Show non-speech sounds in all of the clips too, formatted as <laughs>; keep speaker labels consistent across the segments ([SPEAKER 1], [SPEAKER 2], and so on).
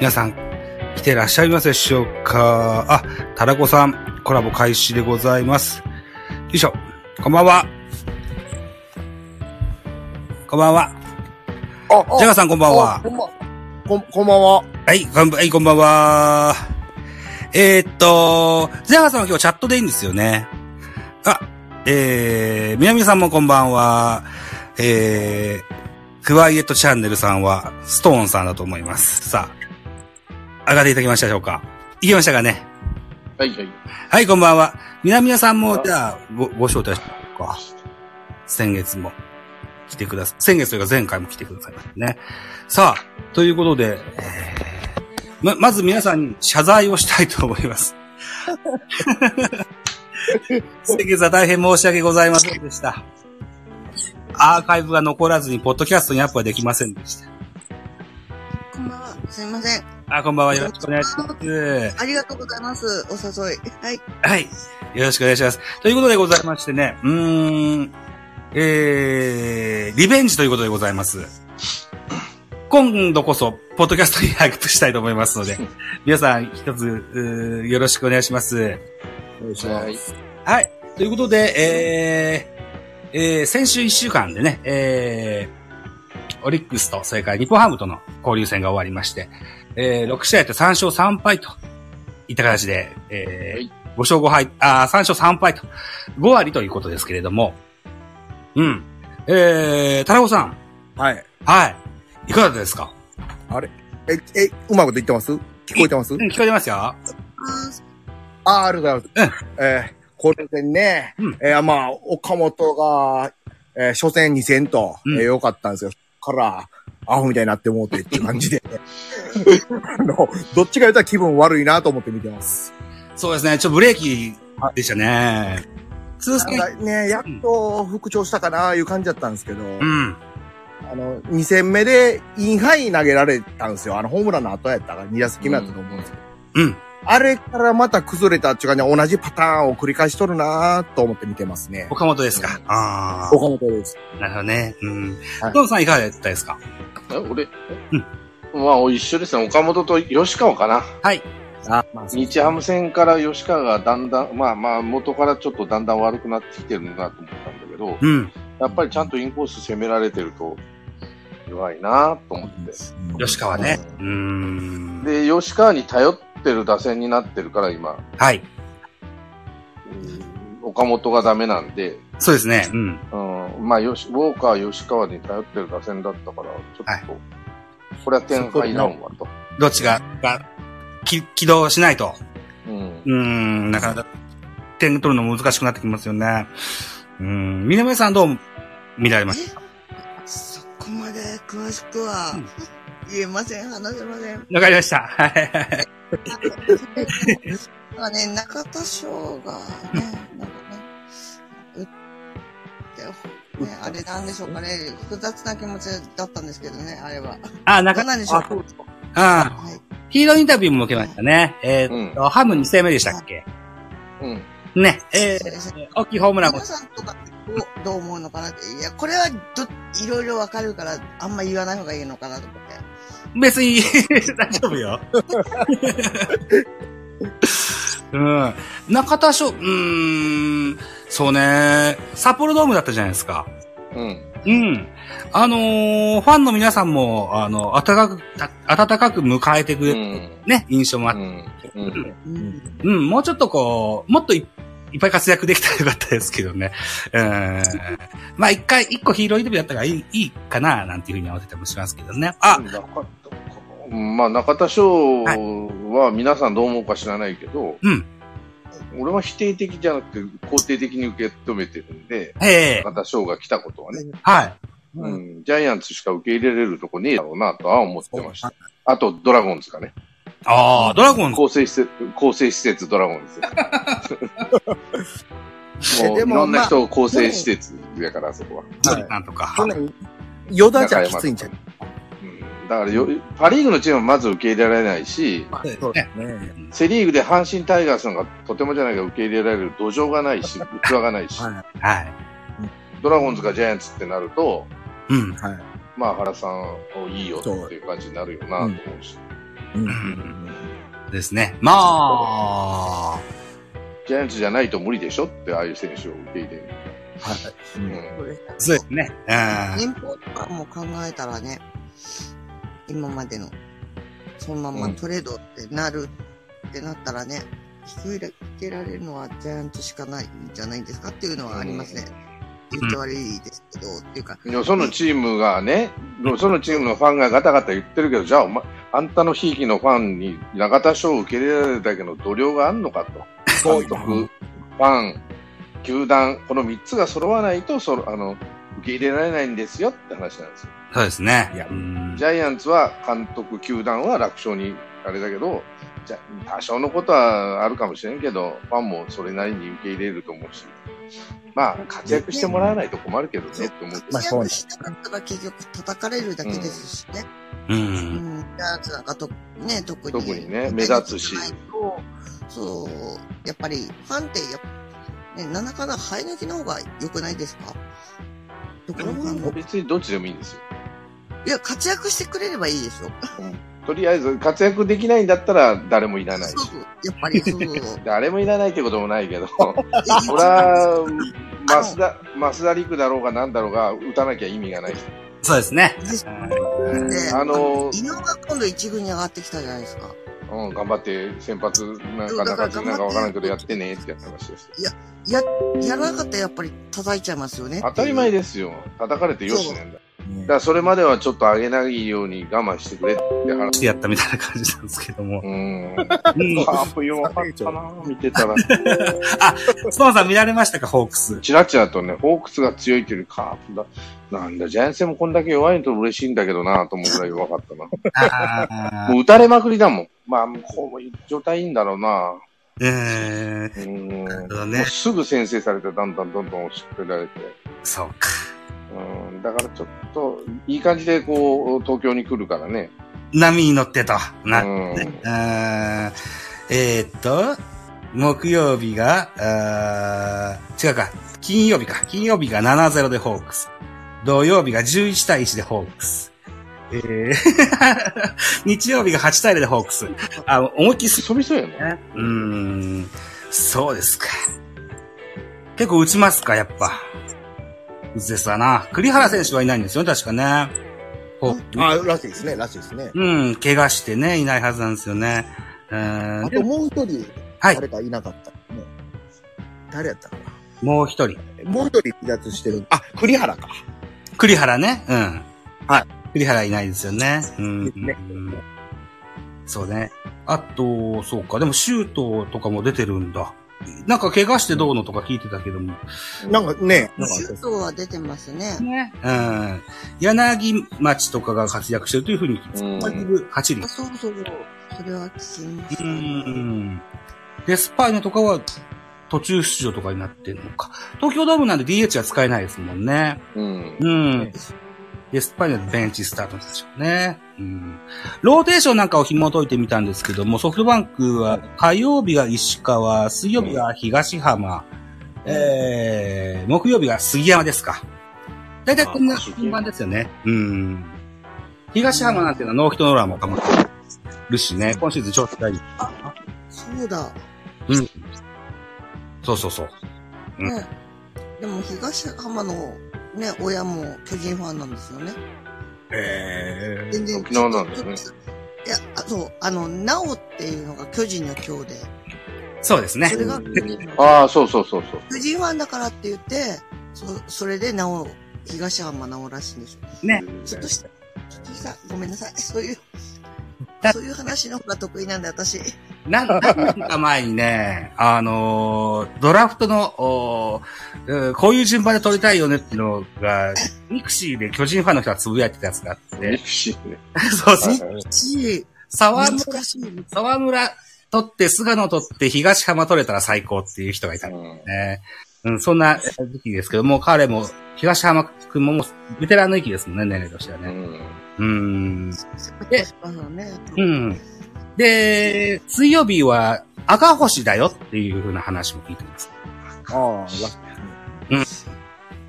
[SPEAKER 1] 皆さん、来てらっしゃいますでしょうかあ、タラコさん、コラボ開始でございます。よいしょ。こんばんは。こんばんは。
[SPEAKER 2] あ、
[SPEAKER 1] ジャガさんこんばんは
[SPEAKER 2] あこんばんこん、こんばんは。
[SPEAKER 1] はい、こんばんはい、こんばんは。えー、っと、ジャガさんは今日チャットでいいんですよね。あ、えー、みなみさんもこんばんは。えー、クワイエットチャンネルさんは、ストーンさんだと思います。さあ、上がっていただきましたでしょうかいきましたかね
[SPEAKER 2] はいはい。
[SPEAKER 1] はい、こんばんは。みなみさんも、じゃあ、ご、ご招待しましょうか。先月も来てください。先月というか前回も来てくださいましたね。さあ、ということで、えーま、まず皆さんに謝罪をしたいと思い <laughs> ます。先月は大変申し訳ございませんでした。アーカイブが残らずに、ポッドキャストにアップはできませんでした。
[SPEAKER 3] こんばんは。すいません。
[SPEAKER 1] あ、こんばんは。よろしくお願いします。
[SPEAKER 3] ありがとうございます。お誘い。はい。
[SPEAKER 1] はい。よろしくお願いします。ということでございましてね、うーん、えー、リベンジということでございます。今度こそ、ポッドキャストにアップしたいと思いますので、皆さん一つ、うーよろしくお願いします。
[SPEAKER 2] お願いします。
[SPEAKER 1] はい。ということで、えー、えー、先週一週間でね、えー、オリックスと、それから日本ハムとの交流戦が終わりまして、えー、6試合で3勝3敗といった形で、えー
[SPEAKER 2] はい
[SPEAKER 1] 5勝5敗、あー3勝3敗と、5割ということですけれども、うん。えー、田中さん、
[SPEAKER 4] はい。
[SPEAKER 1] はい。いかがですか
[SPEAKER 4] え、え、うまいこと言ってます聞こえてます
[SPEAKER 1] うん、聞こえてますよ
[SPEAKER 3] あ
[SPEAKER 4] あー、ありがとうございます。えー、交流戦ね、
[SPEAKER 1] うん
[SPEAKER 4] えーまあ、岡本が、えー初戦2戦と、
[SPEAKER 1] うん
[SPEAKER 4] えー良かったんですよ。から、アホみたいになってもうてっていう
[SPEAKER 1] <laughs>
[SPEAKER 4] 感じで。あの、どっちか言ったら気分悪いなと思って見てます。
[SPEAKER 1] そうですね、ちょっとブレーキでしたね。通
[SPEAKER 4] な
[SPEAKER 1] 算
[SPEAKER 4] ん、かね、やっと復調したかないう感じだったんですけど、
[SPEAKER 1] うん。
[SPEAKER 4] あの、2戦目でインハイ投げられたんですよ。あの、ホームランの後やったから、2打席目だったと思うんですけど
[SPEAKER 1] うん。
[SPEAKER 4] あれからまた崩れたっていうかね、同じパターンを繰り返しとるなぁと思って見てますね。
[SPEAKER 1] 岡本ですか。ああ。
[SPEAKER 4] 岡本です。
[SPEAKER 1] なるほどね。うん。
[SPEAKER 4] はい
[SPEAKER 1] トムさんいかがだったですか
[SPEAKER 2] え、俺、まあ、一緒ですね。岡本と吉川かな。
[SPEAKER 4] あ、まあ、そう
[SPEAKER 2] 日ハム戦から吉川がだんだん、まあまあ、元からちょっとだんだん悪くなってきてるなと思ったんだけど、
[SPEAKER 1] うん。
[SPEAKER 2] やっぱりちゃんとインコース攻められてると弱いなと思って。
[SPEAKER 1] 吉川ね。うーん。
[SPEAKER 2] で、吉川に頼ってる打線になってるから、今、
[SPEAKER 1] はい。
[SPEAKER 2] うん岡本がダメなんで、
[SPEAKER 1] そうですね。うん。
[SPEAKER 2] うんまあ、よし、ウォーカー、吉川に頼ってる打線だったから、ちょっと、
[SPEAKER 1] はい
[SPEAKER 2] これは点入らんわと。
[SPEAKER 1] どっちが、が、き起動しないと。
[SPEAKER 2] うん。
[SPEAKER 1] うーん。なかなか、点取るの難しくなってきますよね。うーん。南さんどう見られまし
[SPEAKER 3] そこまで詳しくは言えません。話せません。
[SPEAKER 1] たわかりました。 <laughs> はい。
[SPEAKER 3] まあね、中田翔がね、なんかね、うって、ね、あれなんでしょうかね。複雑な気持ちだったんですけどね、あれは。
[SPEAKER 1] あ、な
[SPEAKER 3] ど
[SPEAKER 1] か
[SPEAKER 3] う、なんでしょうか。
[SPEAKER 1] あ
[SPEAKER 3] はい。
[SPEAKER 1] ーヒーローインタビューも受けましたね。えーっと、ハム2戦目でしたっけ
[SPEAKER 2] うん。
[SPEAKER 1] ね。え
[SPEAKER 3] そうですね
[SPEAKER 1] ー、大きいホームランも
[SPEAKER 3] 皆さんとかってどうどう思うのかなって。いや、これはど、いろいろわかるから、あんま言わない方がいいのかなと思って。
[SPEAKER 1] 別に大丈夫よ。 <laughs> うん。中田翔、うーん、そうね。札幌ドームだったじゃないですか。
[SPEAKER 2] うん。
[SPEAKER 1] うん。あのーファンの皆さんも、あの、暖かく、た暖かく迎えてく
[SPEAKER 2] う
[SPEAKER 1] れる、
[SPEAKER 2] ん。
[SPEAKER 1] ね、印象もあ
[SPEAKER 2] う
[SPEAKER 1] って、
[SPEAKER 2] ん。うん。
[SPEAKER 3] うん。
[SPEAKER 1] うん、もうちょっとこう、もっといいっぱい活躍できたらよかったですけどね。うん。まあ一回、一個ヒーローインタビューだったからいい、いいかな、なんていうふうに思ってたりもしますけどね。あ、
[SPEAKER 2] 中田うんまあ、中田翔は皆さんどう思うか知らないけど、
[SPEAKER 1] うん
[SPEAKER 2] 俺は否定的じゃなくて、肯定的に受け止めてるんで、
[SPEAKER 1] ええ
[SPEAKER 2] 中田翔が来たことはね、
[SPEAKER 1] はい。
[SPEAKER 2] う、
[SPEAKER 3] うん
[SPEAKER 2] ジャイアンツしか受け入れれるとこねえだろうなとは思ってました。あと、ドラゴンズかね。
[SPEAKER 1] ああ、ドラゴンズ。
[SPEAKER 2] 構成施設、構成施設ドラゴン
[SPEAKER 1] <laughs>
[SPEAKER 2] ズ。もう
[SPEAKER 4] で
[SPEAKER 2] い
[SPEAKER 4] も
[SPEAKER 2] ろんな人を構成施設やから、あそこは。
[SPEAKER 1] ジョリマンとか。
[SPEAKER 4] 去年、ヨダじゃきついんちゃう
[SPEAKER 2] うんだからよ、パリーグのチームはまず受け入れられないし、
[SPEAKER 1] そうです
[SPEAKER 4] そう
[SPEAKER 1] ね
[SPEAKER 4] ですね。
[SPEAKER 2] セリーグで阪神タイガースなんかとてもじゃないが受け入れられる土壌がない <laughs> し、器がないし、
[SPEAKER 4] は
[SPEAKER 1] はい。
[SPEAKER 2] ドラゴンズかジャイアンツってなると、
[SPEAKER 1] うん。
[SPEAKER 4] い。はい。
[SPEAKER 2] まあ原さんをいいよっていう感じになるよなと思うし。
[SPEAKER 1] ですね。まあ、
[SPEAKER 2] ジャイアンツじゃないと無理でしょって、ああいう選手を受け入れる。うん
[SPEAKER 3] そうですね
[SPEAKER 1] そうですね。うん
[SPEAKER 3] 年俸とかも考えたらね、今までの、そのまま
[SPEAKER 2] うん
[SPEAKER 3] トレードってなるってなったらね、引き受けられるのはジャイアンツしかないんじゃないですかっていうのはありますね。
[SPEAKER 1] ん
[SPEAKER 3] 言って悪いですけど、っていうか、
[SPEAKER 2] よそのチームがね、よそのチームのファンがガタガタ言ってるけど、じゃあお前、あんたのひいきのファンに永田賞を受け入れられるだけの度量があんのかと。監督、ファン、球団、この3つが揃わないと、そのあの、受け入れられないんですよって話なんですよ。
[SPEAKER 1] そうですね。
[SPEAKER 4] いや
[SPEAKER 1] うん
[SPEAKER 2] ジャイアンツは監督、球団は楽勝に、あれだけど、じゃ多少のことはあるかもしれんけど、ファンもそれなりに受け入れると思うし、まあ、活躍してもらわないと困るけどねって思う。
[SPEAKER 4] まあ
[SPEAKER 3] ジャイ
[SPEAKER 4] そう
[SPEAKER 3] アン
[SPEAKER 4] ね
[SPEAKER 3] ツしたかったら結局叩かれるだけですしね。
[SPEAKER 1] う。
[SPEAKER 3] うんん、ジャイアンツなんかと、ね、特に。
[SPEAKER 2] 特にね目立つし。
[SPEAKER 3] そう、やっぱり、ファンってやっぱ、ね、なんだかんだ生え抜きの方が良くないですかどこのファンも。
[SPEAKER 2] 別にどっちでもいいんですよ。
[SPEAKER 3] いや、活躍してくれればいいでしょ。
[SPEAKER 2] とりあえず活躍できないんだったら誰もいらないし
[SPEAKER 3] そ、うやっぱり、
[SPEAKER 2] <laughs>
[SPEAKER 3] そう。そ
[SPEAKER 2] 誰もいらないってこともないけど、そら、増田、増田陸だろうが何だろうが打たなきゃ意味がないし。
[SPEAKER 1] そうですね。
[SPEAKER 3] です
[SPEAKER 1] うん
[SPEAKER 3] で、
[SPEAKER 2] あの
[SPEAKER 3] 井上が今度一軍に上がってきたじゃないですか。
[SPEAKER 2] うん、頑張って先発なんか中継ぎなんかわからんけどやってねってやった話ですよ。
[SPEAKER 3] や、やらなかったらやっぱり叩いちゃいますよね。
[SPEAKER 2] 当たり前
[SPEAKER 3] で。
[SPEAKER 2] ですよ。叩かれてよしなんだ。だ
[SPEAKER 4] うん
[SPEAKER 2] からそれまではちょっと上げないように我慢してくれって話。
[SPEAKER 1] やったみたいな感じなんですけども <laughs>
[SPEAKER 2] う。ん。
[SPEAKER 1] うん
[SPEAKER 2] カープ弱かったな見てたら。
[SPEAKER 1] スパンさん見られましたか、ホークス。
[SPEAKER 2] チラチラとね、ホークスが強いというよりカープだ。なんだ、ジャイアンツ戦もこんだけ弱いと嬉しいんだけどなと思うぐらい弱かったな。
[SPEAKER 1] <laughs> あー
[SPEAKER 2] もう打たれまくりだもん。まあ、もうこう状態いいんだろうな。
[SPEAKER 1] うーん。
[SPEAKER 2] うーん。
[SPEAKER 1] だ
[SPEAKER 2] も
[SPEAKER 1] ね
[SPEAKER 2] う。すぐ先制されて、だんだんどんどん押しくられて。
[SPEAKER 1] そうか。
[SPEAKER 2] うん。だからちょっと、いい感じでこう、東京に来るからね。
[SPEAKER 1] 波に乗ってと。な、
[SPEAKER 2] うん
[SPEAKER 1] ね。あーえーっと、木曜日が、あー違うか。金曜日か。金曜日が7-0でホークス。土曜日が11対1でホークス。えー <laughs> 日曜日が8対0でホークス。あ、思いっきりす
[SPEAKER 2] そびそうやね。
[SPEAKER 1] ね。うーん。そうですか。結構打ちますか、やっぱ。打つですわな。栗原選手はいないんですよね、確かね。ほ
[SPEAKER 4] あ、らしいですね、らしいですね。
[SPEAKER 1] うん、怪我してね、いないはずなんですよね。うー
[SPEAKER 4] あ
[SPEAKER 1] ん、
[SPEAKER 4] ともう一人、
[SPEAKER 1] はい
[SPEAKER 4] 誰かいなかった。もう誰やったかな。
[SPEAKER 1] もう一人。
[SPEAKER 4] もう一人離脱してる。あ、栗原か。
[SPEAKER 1] 栗原ね。うん。
[SPEAKER 4] はい。
[SPEAKER 1] 栗原いないですよね。うん。
[SPEAKER 4] ですね
[SPEAKER 1] うんそうね。あと、そうか。でも、シュートとかも出てるんだ。なんか、怪我してどうのとか聞いてたけども。
[SPEAKER 4] なんかね、なんか
[SPEAKER 3] シュートは出てますね。
[SPEAKER 1] ね。うん。柳町とかが活躍してるというふうに聞いて
[SPEAKER 2] うん
[SPEAKER 1] まず8人
[SPEAKER 3] あ、。そうそうそう。それは聞きました
[SPEAKER 1] う
[SPEAKER 3] ね。
[SPEAKER 1] ん。で、スパイネとかは途中出場とかになってるのか。東京ドームなんで DH は使えないですもんね。
[SPEAKER 2] うん。
[SPEAKER 1] うん。で、スパイナルベンチスタートなんでしょうね。うん。ローテーションなんかを紐解いてみたんですけども、ソフトバンクは火曜日が石川、水曜日が東浜、えー、木曜日が杉山ですか。大体こんな順番ですよね。うん。東浜なんていうのはノーヒットノーランもかもるしね、今シーズン調子がいい。
[SPEAKER 3] そうだ。
[SPEAKER 1] そうそうそう。うん
[SPEAKER 3] ね。でも東浜のね、親も巨人ファンなんですよね。
[SPEAKER 1] え
[SPEAKER 3] 全然。
[SPEAKER 2] 沖縄なんですね
[SPEAKER 3] いや、あそう、あの、なおっていうのが巨人の今日で、
[SPEAKER 1] そうですね
[SPEAKER 3] そ。れが巨人の
[SPEAKER 2] ああ、そうそうそうそう。
[SPEAKER 3] 巨人ファンだからって言って、そそれでなお、東浜なおらしいんですよ。
[SPEAKER 1] ね。
[SPEAKER 3] ちょっとした、ちょっとした、ごめんなさい。 <laughs> そういう
[SPEAKER 1] だ、
[SPEAKER 3] そういう話の方が得意なんで、私。
[SPEAKER 1] な、何年か前にね、あのードラフトの、おーうんこういう順番で取りたいよねっていうのが、ミクシーで巨人ファンの人がつぶやいてたやつがあっ
[SPEAKER 2] ミ
[SPEAKER 1] て、
[SPEAKER 2] クシーね。
[SPEAKER 1] そうそう。
[SPEAKER 3] し、
[SPEAKER 1] 沢
[SPEAKER 3] 難
[SPEAKER 1] 村、
[SPEAKER 3] しい。
[SPEAKER 1] 沢村取って、菅野取って、東浜取れたら最高っていう人がいたんで
[SPEAKER 2] うん
[SPEAKER 1] すね。うん、そんな時期ですけども、彼も、東浜くんももうベテランの域ですもんね、年齢としては
[SPEAKER 2] う
[SPEAKER 1] ね。
[SPEAKER 2] ん。
[SPEAKER 1] うん。
[SPEAKER 3] で、あのね、
[SPEAKER 1] うん。で、水曜日は赤星だよっていう風な話も聞いてます。
[SPEAKER 4] ああ、らしいです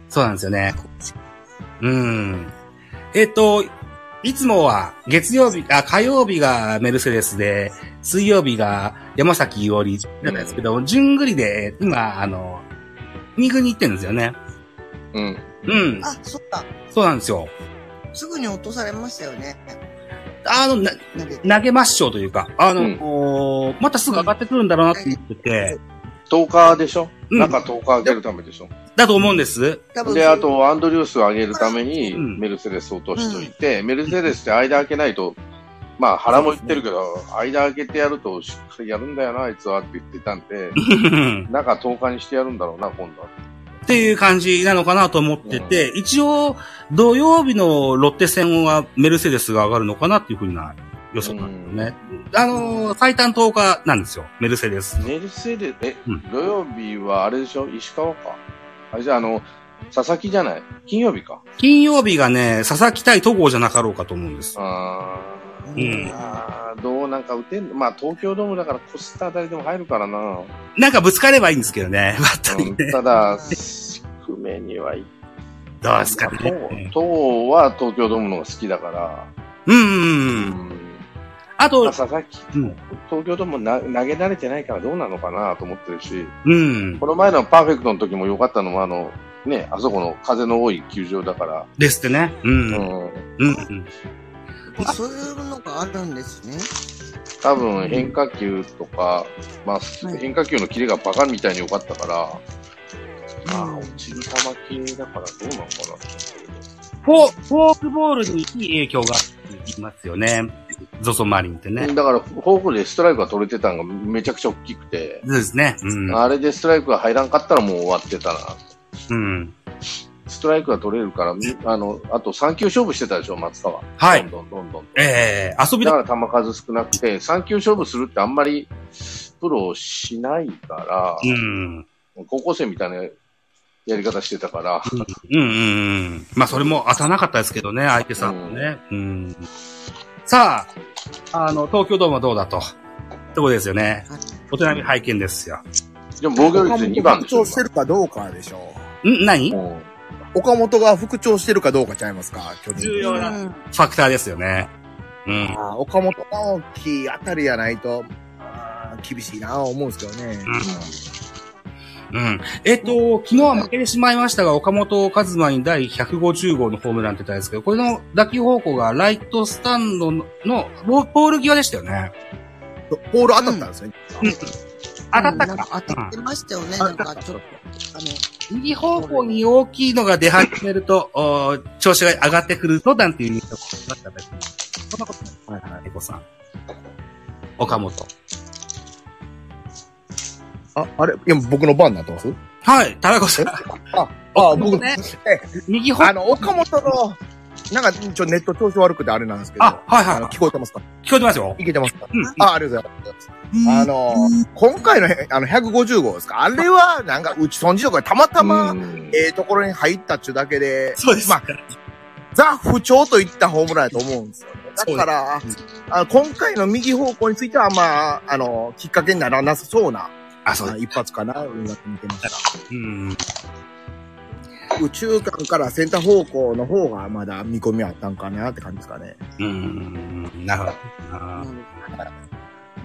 [SPEAKER 1] そうなんですよね。うん。えっ、と、いつもは月曜日、あ、火曜日がメルセデスで、水曜日が山崎伊織なんですけど、じゅんぐりで、今、あの、二軍に行ってるんですよね。
[SPEAKER 2] うん。
[SPEAKER 1] うん。
[SPEAKER 3] あ、そっか。
[SPEAKER 1] そうなんですよ。
[SPEAKER 3] すぐに落とされましたよね。
[SPEAKER 1] あの、な
[SPEAKER 3] 投げて
[SPEAKER 1] 投げ抹消というか、あの、
[SPEAKER 2] うん
[SPEAKER 1] こうまたすぐ上がってくるんだろうなって言ってて、
[SPEAKER 2] 10日でしょ、
[SPEAKER 1] うん
[SPEAKER 2] 中10日上げるためでしょ
[SPEAKER 1] だと思うんです。
[SPEAKER 3] 多分
[SPEAKER 2] で、あと、アンドリュースを上げるために、
[SPEAKER 1] うん
[SPEAKER 2] メルセデスを落としといて、メルセデスって間開けないと、まあ、腹も言ってるけど、間開けてやると、しっかりやるんだよな、あいつはって言ってたんで、中10日にしてやるんだろうな、今度は。
[SPEAKER 1] っていう感じなのかなと思ってて、一応、土曜日のロッテ戦はメルセデスが上がるのかなっていうふうな予測なんですよね。あのー、最短10日なんですよ、メルセデス。
[SPEAKER 2] メルセデス、え、
[SPEAKER 1] うん
[SPEAKER 2] 土曜日はあれでしょ石川か。あ、じゃあ、あの、佐々木じゃない金曜日か。
[SPEAKER 1] 金曜日がね、佐々木対戸郷じゃなかろうかと思うんです。
[SPEAKER 2] あー
[SPEAKER 1] うん
[SPEAKER 2] あーどうなんか打てんのまあ、東京ドームだからコスターあたりでも入るからな。
[SPEAKER 1] なんかぶつかればいいんですけどね、 <laughs> バッター
[SPEAKER 2] う
[SPEAKER 1] に
[SPEAKER 2] ん
[SPEAKER 1] ね。
[SPEAKER 2] ただ、低めにはいっ
[SPEAKER 1] どうですか
[SPEAKER 2] 東
[SPEAKER 1] ね。
[SPEAKER 2] 東は東京ドームの方が好きだから、
[SPEAKER 1] うんうんうん。あ
[SPEAKER 2] まあ
[SPEAKER 1] と、
[SPEAKER 2] 佐々木、
[SPEAKER 1] うん
[SPEAKER 2] 東京ドームな投げ慣れてないからどうなのかなと思ってるし、
[SPEAKER 1] うん
[SPEAKER 2] こ。の前のパーフェクトの時も良かったのは、あの、ね、あそこの風の多い球場だから、
[SPEAKER 1] ですってね。うん。うん。
[SPEAKER 2] うん
[SPEAKER 1] うん。
[SPEAKER 3] そういうのがあるんですね。
[SPEAKER 2] 多分変化球とか、まあ、
[SPEAKER 3] はい
[SPEAKER 2] 変化球のキレがバカみたいに良かったから、ま
[SPEAKER 3] う
[SPEAKER 2] あ、
[SPEAKER 3] ん
[SPEAKER 2] 落ちる球系だからどうなのかなと
[SPEAKER 1] フォーフォークボールにいい影響がいますよね。ゾゾマリンって
[SPEAKER 2] 思って
[SPEAKER 1] ね。
[SPEAKER 2] だから、フォークでストライクが取れてたのがめちゃくちゃ大きくて、
[SPEAKER 1] そうですね。うん。
[SPEAKER 2] あれでストライクが入らんかったらもう終わってたな。
[SPEAKER 1] うん。
[SPEAKER 2] ストライクが取れるから、みあの、あと3球勝負してたでしょ、松川。
[SPEAKER 1] はい
[SPEAKER 2] どんどんどんどんと。
[SPEAKER 1] ええ遊び
[SPEAKER 2] だ
[SPEAKER 1] だ。
[SPEAKER 2] から球数少なくて、3球勝負するってあんまりプロしないか
[SPEAKER 1] う
[SPEAKER 2] ら、
[SPEAKER 1] ん。
[SPEAKER 2] 高校生みたいなやり方してたから、
[SPEAKER 1] うんうんうん。まあ、それも当たらなかったですけどね、相手さんもね。うん。さあ、あの、東京ドームはどうだと。ってことですよね。お手並み拝見ですよ。
[SPEAKER 2] でも防御率2番
[SPEAKER 4] 復
[SPEAKER 2] でしょ
[SPEAKER 4] 調してるかどうかでしょ
[SPEAKER 1] ん何
[SPEAKER 2] 今
[SPEAKER 1] フ
[SPEAKER 2] うん
[SPEAKER 4] う。岡本が復調してるかどうかちゃいますか、巨人。
[SPEAKER 1] 重要な
[SPEAKER 3] うん
[SPEAKER 1] ァクターですよね。うん。
[SPEAKER 4] あー岡本直樹あたりやないと、あー厳しいなぁ思うんですけどね。
[SPEAKER 1] うん。えっと、昨日は負けてしまいましたが、岡本和真に第150号のホームランって言ったんですけど、これの打球方向がライトスタンドの、ボポール際でしたよね。
[SPEAKER 4] ポール当たったんですね。
[SPEAKER 1] 当たった
[SPEAKER 3] な
[SPEAKER 1] か。
[SPEAKER 3] んか当たってましたよね。
[SPEAKER 1] うん
[SPEAKER 3] なんかちょっと、あの、
[SPEAKER 1] 右方向に大きいのが出始めると、おー調子が上がってくると、なんていう意味だったんだけど、そんなことない。はいはい、エコさん。岡本。
[SPEAKER 4] あ、あれ今僕の番になってます
[SPEAKER 1] はい、田中さん。
[SPEAKER 4] あ、
[SPEAKER 1] 僕
[SPEAKER 4] 僕
[SPEAKER 1] ね
[SPEAKER 4] ね。
[SPEAKER 1] 右方向。
[SPEAKER 4] あの、岡本の、なんか、ちょっとネット調子悪くてあれなんですけど、
[SPEAKER 1] あ
[SPEAKER 4] あ、
[SPEAKER 1] はいはい
[SPEAKER 4] の、
[SPEAKER 1] はい。
[SPEAKER 4] 聞こえてますか
[SPEAKER 1] 聞こえてますよ。
[SPEAKER 4] いけてますか
[SPEAKER 1] うん。
[SPEAKER 4] あ、ありがとうございます。あの、今回のへ、あの、150号ですかあれは、なんか、打ち損じとか、たまたま、
[SPEAKER 2] うん
[SPEAKER 4] ええところに入ったっちゅうだけで、
[SPEAKER 1] そうです。
[SPEAKER 4] まあ、ザ不調といったホームランやと思うんですよね。だから、あ今回の右方向については、まあ、あの、きっかけにならなさそうな、
[SPEAKER 1] あ、そう
[SPEAKER 4] あ
[SPEAKER 1] で
[SPEAKER 4] 一発かな、うん、見てました。
[SPEAKER 1] す。うん。
[SPEAKER 4] 宇宙間からセンター方向の方が、まだ見込みあったんかなって感じですかね。
[SPEAKER 1] うん。なるほど。あー
[SPEAKER 3] うん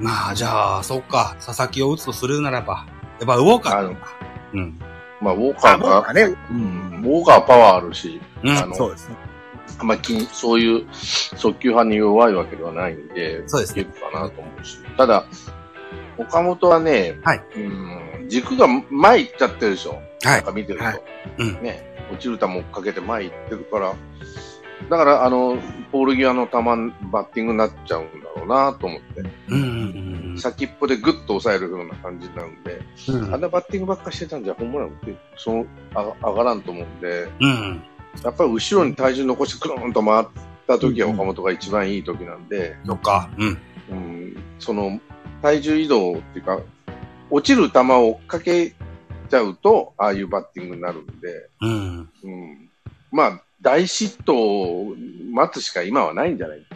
[SPEAKER 1] まあ、じゃあ、そっか。佐々木を打つとするならば、やっぱ、ウォーカ
[SPEAKER 2] あ
[SPEAKER 1] ー。
[SPEAKER 2] の、
[SPEAKER 1] うん。
[SPEAKER 2] まあ、ウォー
[SPEAKER 4] あ、
[SPEAKER 2] カー
[SPEAKER 4] 僕は
[SPEAKER 2] が、
[SPEAKER 4] ね、
[SPEAKER 2] うんウォーカーパワーあるし、
[SPEAKER 1] う
[SPEAKER 2] あ
[SPEAKER 1] ん。
[SPEAKER 2] の、
[SPEAKER 4] そうですね。
[SPEAKER 2] あんまり気そういう速球派に弱いわけではないんで、
[SPEAKER 1] そうですね
[SPEAKER 2] いけるかなと思うし。ただ、岡本はね、
[SPEAKER 1] はい
[SPEAKER 2] うん軸が前行っちゃってるでしょ。
[SPEAKER 1] は
[SPEAKER 2] ないん。か見てると。
[SPEAKER 1] はいうん
[SPEAKER 2] ね、落ちる球追っかけて前行ってるから、だから、あの、ポール際の球、バッティングになっちゃうんだろうなと思って、
[SPEAKER 1] うんうん
[SPEAKER 2] 先っぽでグッと抑えるような感じになるんで、
[SPEAKER 1] うん。う
[SPEAKER 2] あん
[SPEAKER 1] ん。
[SPEAKER 2] なバッティングばっかしてたんじゃ、ホームラン打って、その、あ上がらんと思うんで、
[SPEAKER 1] うん。
[SPEAKER 2] やっぱり後ろに体重残してくるんと回った時は
[SPEAKER 4] うん
[SPEAKER 2] 岡本が一番いい時なんで、
[SPEAKER 1] そっか。うん。
[SPEAKER 2] うん、その体重移動っていうか、落ちる球を追っかけちゃうと、ああいうバッティングになるんで、
[SPEAKER 1] うん。
[SPEAKER 2] うん、まあ、大失投を待つしか今はないんじゃない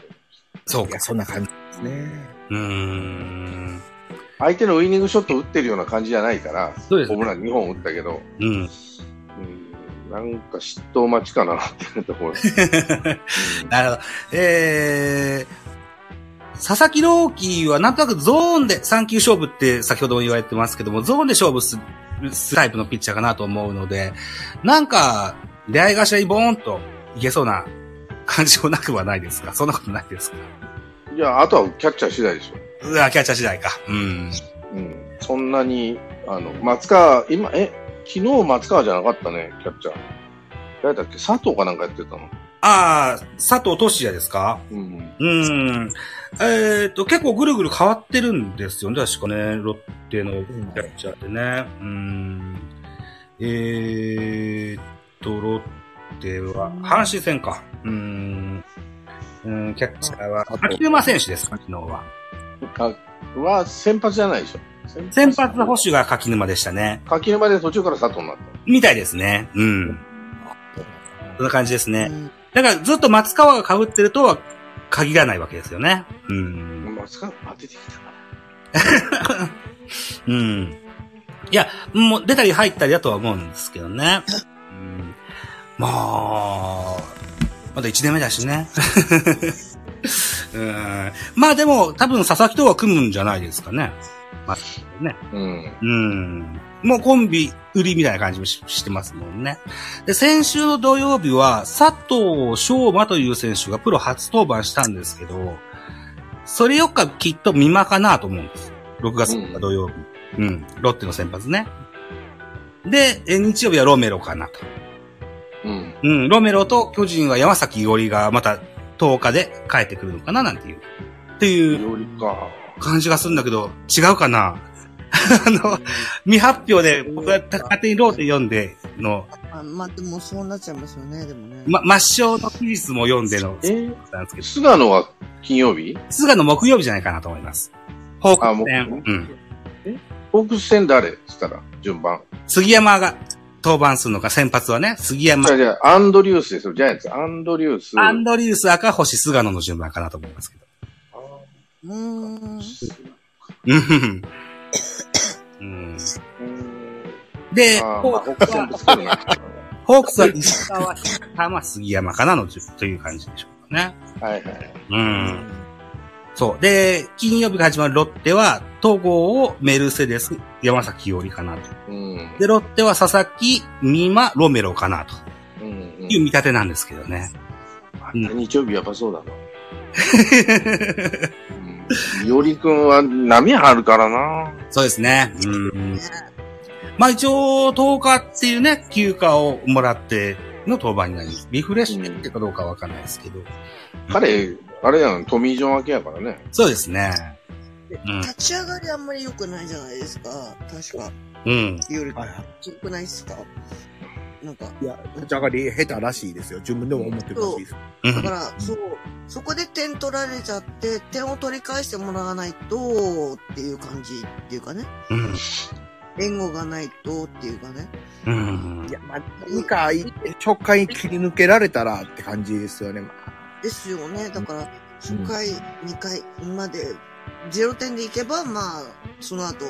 [SPEAKER 1] そう
[SPEAKER 4] い
[SPEAKER 1] か
[SPEAKER 4] や、。そんな感じですね。
[SPEAKER 1] うーん。
[SPEAKER 2] 相手のウイニングショット打ってるような感じじゃないから、
[SPEAKER 1] そうです
[SPEAKER 2] ホームラン2本打ったけど、
[SPEAKER 1] うん。
[SPEAKER 2] うん、なんか嫉妬待ちかなっていうところ。
[SPEAKER 4] <laughs>
[SPEAKER 1] なるほど。えー、佐々木朗希はなんとなくゾーンで3球勝負って先ほども言われてますけども、ゾーンで勝負すするタイプのピッチャーかなと思うので、なんか、出会い頭にボーンといけそうな感じもなくはないですかそんなことないですか
[SPEAKER 2] いや、あとはキャッチャー次第でしょ。
[SPEAKER 1] うわ、キャッチャー次第か。うん。
[SPEAKER 2] うん。そんなに、あの、松川、今、え、昨日松川じゃなかったね、キャッチャー。誰だっけ佐藤かなんかやってたの。
[SPEAKER 1] ああ、佐藤俊也ですか
[SPEAKER 2] うん。
[SPEAKER 1] うん。えっ、と、結構ぐるぐる変わってるんですよね。確かね、ロッテのキャッチャーってね。うん。えーっと、ロッテは、阪神戦か。うん。うん、キャッチャーは、
[SPEAKER 4] 佐藤
[SPEAKER 1] 秋沼選手ですか、昨日は。
[SPEAKER 2] かは、先発じゃないでしょ。
[SPEAKER 1] 先発の捕手が柿沼でしたね。
[SPEAKER 2] 柿沼で途中から佐藤になった。
[SPEAKER 1] みたいですね。うん。そんな感じですね。だからずっと松川が被ってるとは限らないわけですよね。うん。
[SPEAKER 2] 松川当ててきたから。
[SPEAKER 1] うん。いや、もう出たり入ったりだとは思うんですけどね。うん、まあ、まだ1年目だしね。 <laughs> うん、まあでも、多分佐々木とは組むんじゃないですかね。まあ、ね。
[SPEAKER 2] うん。
[SPEAKER 1] うん。もうコンビ売りみたいな感じもししてますもんね。で、先週の土曜日は、佐藤翔馬という選手がプロ初登板したんですけど、それよっかきっと見間かなと思うんです。6月の土曜日。うん、ロッテの先発ね。で、え日曜日はロメロかなと。
[SPEAKER 2] うん。
[SPEAKER 1] うん、ロメロと巨人は山崎伊織がまた10日で帰ってくるのかななんていう。っていう
[SPEAKER 2] よりか。
[SPEAKER 1] 感じがするんだけど、違うかな <laughs> あの、未発表で僕は勝手にローテ読んでの、
[SPEAKER 3] あまあ、でもそうなっちゃいますよね、でもね。
[SPEAKER 1] ま、抹消の期日も読んでの、
[SPEAKER 2] えー
[SPEAKER 1] なんですけど、
[SPEAKER 2] 菅野は金曜日
[SPEAKER 1] 菅野木曜日じゃないかなと思います。報告
[SPEAKER 2] あ、もう。
[SPEAKER 1] 戦。うん。
[SPEAKER 2] ホークス戦誰っつったら、順番。
[SPEAKER 1] 杉山が登板するのか、先発はね、杉山
[SPEAKER 2] じゃあ、じゃあ、アンドリュースですよ。ジャイアンツ、アンドリュース。
[SPEAKER 1] アンドリュース、赤星、菅野の順番かなと思いますけど。
[SPEAKER 3] うー
[SPEAKER 1] う
[SPEAKER 3] ん。
[SPEAKER 1] ん。うん
[SPEAKER 2] <laughs> うん
[SPEAKER 1] で、
[SPEAKER 2] あーまあ、ホークス戦ですけ
[SPEAKER 1] <laughs>
[SPEAKER 2] どな。は
[SPEAKER 1] ホークスは石川、浜、杉山かなの順という感じでしょうかね。
[SPEAKER 2] いはい。
[SPEAKER 1] うん。そう。で、金曜日が始まるロッテは、東郷をメルセデス、山崎伊織かなと。
[SPEAKER 2] うん。
[SPEAKER 1] で、ロッテは佐々木、美馬、ロメロかなと
[SPEAKER 2] うんうん
[SPEAKER 1] いう見立てなんですけどね。
[SPEAKER 2] ま
[SPEAKER 1] う
[SPEAKER 2] た日曜日やっぱそうだな。うんいおりくんは波あるからな。
[SPEAKER 1] そうですね。うん。まあ一応、10日っていうね、休暇をもらっての登板になります。リフレッシュってかどうかわかんないですけど。
[SPEAKER 2] 彼、あれやん、トミー・ジョン明けやからね。
[SPEAKER 1] そうですね。うん
[SPEAKER 3] 立ち上がりあんまり良くないじゃないですか。確か。
[SPEAKER 1] うん。
[SPEAKER 3] より
[SPEAKER 4] はいは
[SPEAKER 3] 良くないですかなんか、
[SPEAKER 4] い。いや、立ち上がり下手らしいですよ。自分でも思ってるらしいです。
[SPEAKER 1] う
[SPEAKER 3] だか
[SPEAKER 1] ん。
[SPEAKER 3] ら、そう、そこで点取られちゃって、点を取り返してもらわないと、っていう感じっていうかね。
[SPEAKER 1] うん。
[SPEAKER 3] 援護がないと、っていうかね。
[SPEAKER 1] うん
[SPEAKER 4] い。や、まあ、何か、直回切り抜けられたらって感じですよね。まあ
[SPEAKER 3] ですよね。だから、初回、二回まで、0点でいけば、まあ、その後、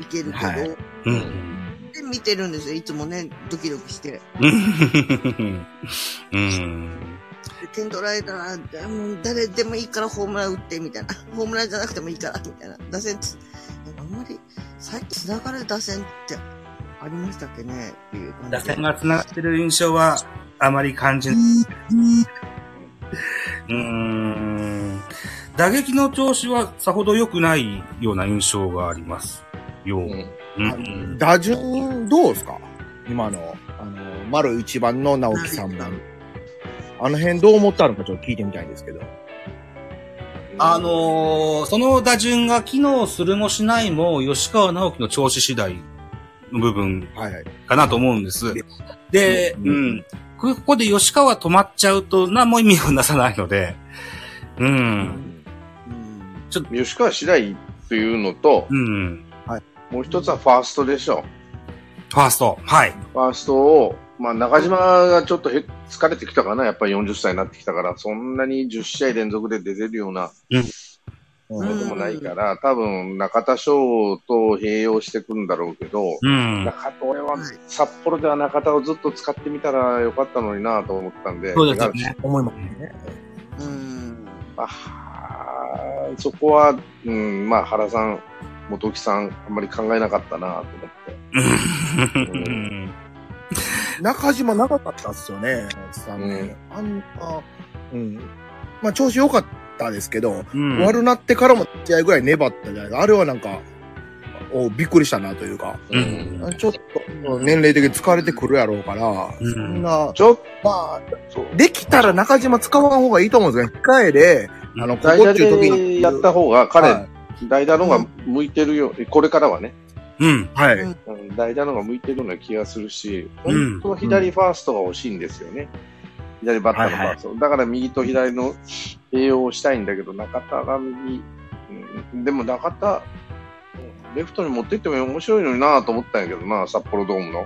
[SPEAKER 3] いけるけど、
[SPEAKER 4] はい
[SPEAKER 1] うん。
[SPEAKER 3] で見てるんですよ。いつもね、ドキドキして。
[SPEAKER 1] うん。うん。
[SPEAKER 3] で点取られたら、うん誰でもいいからホームラン打って、みたいな。 <laughs> ホームランじゃなくてもいいから、みたいな。打線つ、あんまり、最近繋がる打線ってありましたっけねっていう感じで。
[SPEAKER 1] 打線が繋がってる印象はあまり感じない。うーん。打撃の調子はさほど良くないような印象がありますよ。う。
[SPEAKER 2] うんん。
[SPEAKER 1] うん。
[SPEAKER 4] 打順、どうですか今の、あの、丸一番の直樹さん番。あの辺どう思ったのかちょっと聞いてみたいんですけど。
[SPEAKER 1] あのーその打順が機能するもしないも、吉川直樹の調子次第の部分
[SPEAKER 4] はいはい。
[SPEAKER 1] かなと思うんです。で、
[SPEAKER 4] う
[SPEAKER 1] うんん。ここで吉川止まっちゃうと何も意味をなさないので、うん。
[SPEAKER 3] うん
[SPEAKER 2] 吉川次第っていうのと、
[SPEAKER 1] うん。
[SPEAKER 2] もう一つはファーストでしょ。
[SPEAKER 1] ファースト。はい。
[SPEAKER 2] ファーストを、まあ中島がちょっとへ疲れてきたかな、やっぱり40歳になってきたから、そんなに10試合連続で出てるような
[SPEAKER 1] うん
[SPEAKER 2] こ
[SPEAKER 4] う
[SPEAKER 2] ともないから、多分中田翔と併用していくんだろうけど、
[SPEAKER 1] うん。
[SPEAKER 2] 中田俺は
[SPEAKER 3] はい
[SPEAKER 2] 札幌では中田をずっと使ってみたらよかったのになと思ったんで、
[SPEAKER 4] そうですよね。思いますね。
[SPEAKER 3] うん。
[SPEAKER 2] あはーそこは、うん、まあ原さん、元木さん、あんまり考えなかったなと思って。
[SPEAKER 1] うん。
[SPEAKER 4] 中島長かったっすよね、スタメン。あんな、うん。まあ調子良かったですけど、
[SPEAKER 1] うん
[SPEAKER 4] 悪なってからも試合ぐらい粘ったじゃないですか。あれはなんか、おびっくりしたなというか、
[SPEAKER 1] うん
[SPEAKER 4] ちょっと年齢的に疲れてくるやろうから、
[SPEAKER 1] うん
[SPEAKER 4] そんな、
[SPEAKER 2] ちょっ
[SPEAKER 4] まあ、
[SPEAKER 2] と、
[SPEAKER 4] できたら中島使わん方がいいと思うんですよね。控えで、あの、ここっ
[SPEAKER 2] 代打
[SPEAKER 4] ていう時
[SPEAKER 2] で
[SPEAKER 4] に。
[SPEAKER 2] やった方が、彼、
[SPEAKER 4] は
[SPEAKER 2] 代打の方が向いてるよ、これからはね、
[SPEAKER 1] うん。
[SPEAKER 4] い。はい
[SPEAKER 3] うん
[SPEAKER 2] うん代打の方が向いてるような気がするし、
[SPEAKER 1] うん
[SPEAKER 2] 本当は左ファーストが欲しいんですよね。左バッターのファースト。だから右と左の栄養をしたいんだけど、中田が右、うんでも中田、レフトに持ってっても面白いのになぁと思ったんやけどな、札幌ドームの。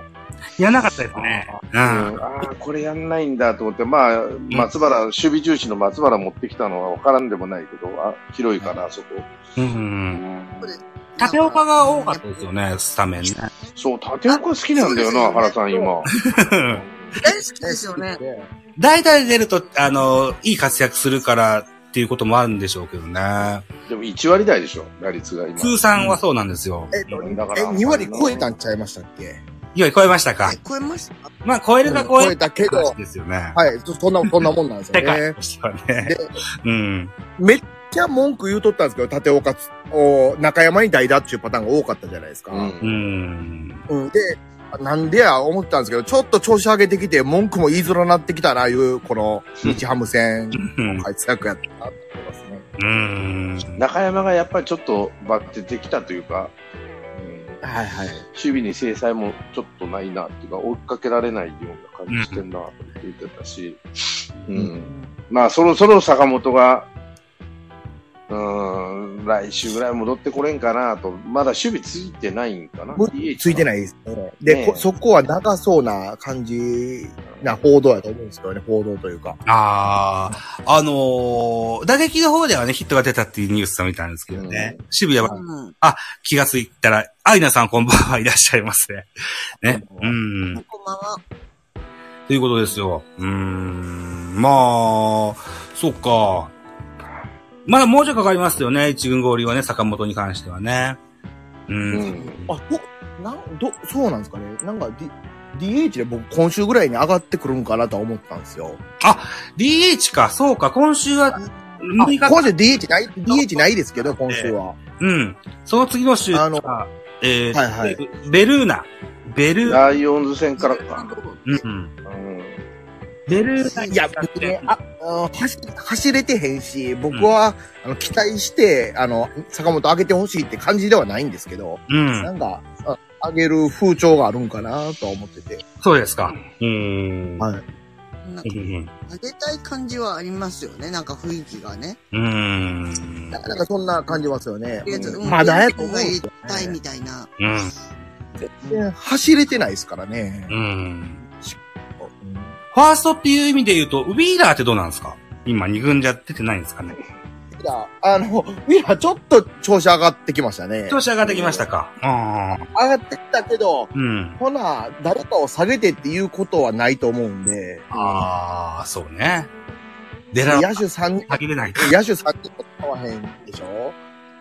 [SPEAKER 1] やらなかったですね。うん。
[SPEAKER 2] ああ、これやんないんだと思って、まあ、松原、守備重視の松原持ってきたのは分からんでもないけど、あ広いから、あそこ。
[SPEAKER 1] うん。縦岡が多かったですよね、スタメンね。
[SPEAKER 2] そう、縦岡好きなんだよ
[SPEAKER 3] あ
[SPEAKER 2] な、
[SPEAKER 3] そう
[SPEAKER 2] 原
[SPEAKER 3] です
[SPEAKER 2] さ
[SPEAKER 3] よ
[SPEAKER 2] ん、
[SPEAKER 3] ね
[SPEAKER 2] 今。
[SPEAKER 3] 大好きですよね。
[SPEAKER 1] 代打で出ると、あの、いい活躍するからっていうこともあるんでしょうけどね。
[SPEAKER 2] でも1割台でしょ、打率が今。
[SPEAKER 1] 通算はそうなんですよ。
[SPEAKER 4] えっと、
[SPEAKER 2] だから
[SPEAKER 4] え、2割超えたんちゃいましたっけ
[SPEAKER 1] いや、超えましたか
[SPEAKER 3] え。超えましたか
[SPEAKER 1] まあ、超えるか超え
[SPEAKER 4] 超えたけど
[SPEAKER 1] って話ですよね。
[SPEAKER 4] はい、そそんな、そんなもんなんですよ
[SPEAKER 1] 世界
[SPEAKER 4] ね
[SPEAKER 1] と。してはね
[SPEAKER 4] で。
[SPEAKER 1] うん。
[SPEAKER 4] めっちゃ文句言うとったんですけど、立岡つお中山に代打っていうパターンが多かったじゃないですか。
[SPEAKER 2] う。
[SPEAKER 1] うんん。
[SPEAKER 4] うんで、なんでや思ったんですけど、ちょっと調子上げてきて、文句も言いづらなってきたな、いう、この、日ハム戦、
[SPEAKER 1] うん
[SPEAKER 4] 活躍やったなと思いますね。
[SPEAKER 1] うん。
[SPEAKER 2] 中山がやっぱりちょっとバッてできたというか、うん
[SPEAKER 4] はいはい。
[SPEAKER 2] 守備に制裁もちょっとないなっていうか、追いかけられないような感じしてんなと言ってたし、うん。まあ、そろそろ坂本が、うーん、来週ぐらい戻ってこれんかなと、まだ守備ついてないんかな。
[SPEAKER 4] もうついて
[SPEAKER 2] い。
[SPEAKER 4] ないですね。で、
[SPEAKER 2] ねえ
[SPEAKER 4] こそこは長そうな感じな報道やと思うんですけどね、報道というか。
[SPEAKER 1] ああ、あのー打撃の方ではね、ヒットが出たっていうニュースを見たんですけどね。守備は
[SPEAKER 3] うん。
[SPEAKER 1] 気がついたら、アイナさんこんばんはいらっしゃいます
[SPEAKER 4] <laughs>
[SPEAKER 1] ね。ね。うん。
[SPEAKER 3] こんばんは。
[SPEAKER 1] ということですよ。うーん。まあ、そうか。まだもうちょいかかりますよね。一軍合流はね、坂本に関してはね。う。
[SPEAKER 2] うんん。
[SPEAKER 4] あ、ど、なん、ど、そうなんですかね。なんか、D、DH で僕今週ぐらいに上がってくるんかなとは思ったんですよ。
[SPEAKER 1] DH か、そうか、今週は、
[SPEAKER 4] あ
[SPEAKER 1] 6日
[SPEAKER 4] 今週 DH ない、DH ないですけど、今週は。
[SPEAKER 1] うん。その次の週
[SPEAKER 4] あの
[SPEAKER 1] か、えー
[SPEAKER 4] はいはい
[SPEAKER 1] ベルーナ。ベルー
[SPEAKER 2] ライオンズ戦からか。
[SPEAKER 1] うん。
[SPEAKER 2] うん。
[SPEAKER 1] ベルーナ
[SPEAKER 4] いや、僕ね、あ、あー走走れてへんし、僕は、あの期待して、あの、坂本上げてほしいって感じではないんですけど、
[SPEAKER 1] うん
[SPEAKER 4] な。んか、あ上げる風潮があるんかなとは思ってて。
[SPEAKER 1] そうですか。うーん。
[SPEAKER 4] はい
[SPEAKER 3] なん
[SPEAKER 1] う
[SPEAKER 3] か
[SPEAKER 1] ん
[SPEAKER 3] あげたい感じはありますよね。なんか雰囲気がね。
[SPEAKER 1] うーん。
[SPEAKER 4] なんかそんな感じますよね
[SPEAKER 3] とりあえず、。
[SPEAKER 4] う
[SPEAKER 3] うんん
[SPEAKER 4] まだやと思うん
[SPEAKER 3] が
[SPEAKER 4] で
[SPEAKER 3] 入
[SPEAKER 4] す
[SPEAKER 3] れ
[SPEAKER 4] よ
[SPEAKER 3] たいみたいな。
[SPEAKER 1] うん。
[SPEAKER 4] ね走れてないですからね
[SPEAKER 1] う。ん。
[SPEAKER 4] うん
[SPEAKER 1] ファーストっていう意味で言うと、ウィーラーってどうなんですか今、二軍じゃ出てないんですかね
[SPEAKER 4] いや、あの、ウィラーちょっと調子上がってきましたね。
[SPEAKER 1] 調子上がってきましたか。ああ。
[SPEAKER 4] 上がってきたけど、
[SPEAKER 1] うん。
[SPEAKER 4] ほな、誰かを下げてっていうことはないと思うんで、
[SPEAKER 1] ああ、そうね。出ら
[SPEAKER 4] 野手3人、
[SPEAKER 1] 限れない。
[SPEAKER 4] 野手3人も使わへんでしょ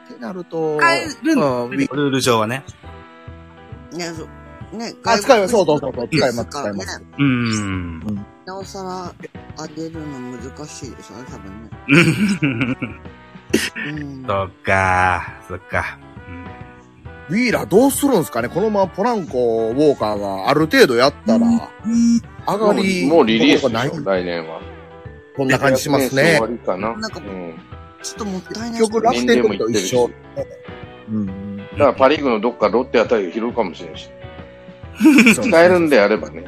[SPEAKER 4] ってなると、
[SPEAKER 1] 変えるの
[SPEAKER 4] うんウ
[SPEAKER 1] ル
[SPEAKER 4] ィ
[SPEAKER 1] ール上はね。
[SPEAKER 3] ね、そう。ね、
[SPEAKER 4] あ、使います、そうそうそうそう、使います、
[SPEAKER 3] 外国
[SPEAKER 4] 使いま
[SPEAKER 3] です
[SPEAKER 4] す
[SPEAKER 3] か。らね
[SPEAKER 1] うーん。
[SPEAKER 3] なおさら、あげるの難しいでしょうね、多分ね。うん。
[SPEAKER 1] <laughs> そっか、そっか。うん
[SPEAKER 4] ウィーラーどうするんですかねこのままポランコ、ウォーカーがある程度やったら、上がり、
[SPEAKER 2] もうリリース
[SPEAKER 4] な
[SPEAKER 2] で
[SPEAKER 4] い
[SPEAKER 2] しょ、来年は。
[SPEAKER 4] こんな感じします
[SPEAKER 2] ね
[SPEAKER 4] ね
[SPEAKER 2] 終わ。りかな。
[SPEAKER 3] なんか
[SPEAKER 2] うん。
[SPEAKER 3] ちょっともったいない。
[SPEAKER 4] 結局、楽天の時と一緒。うん
[SPEAKER 2] だからパリーグのどっかロッテあたりが拾うかもしれんし。
[SPEAKER 4] うん。
[SPEAKER 2] <laughs> 使えるんであればね。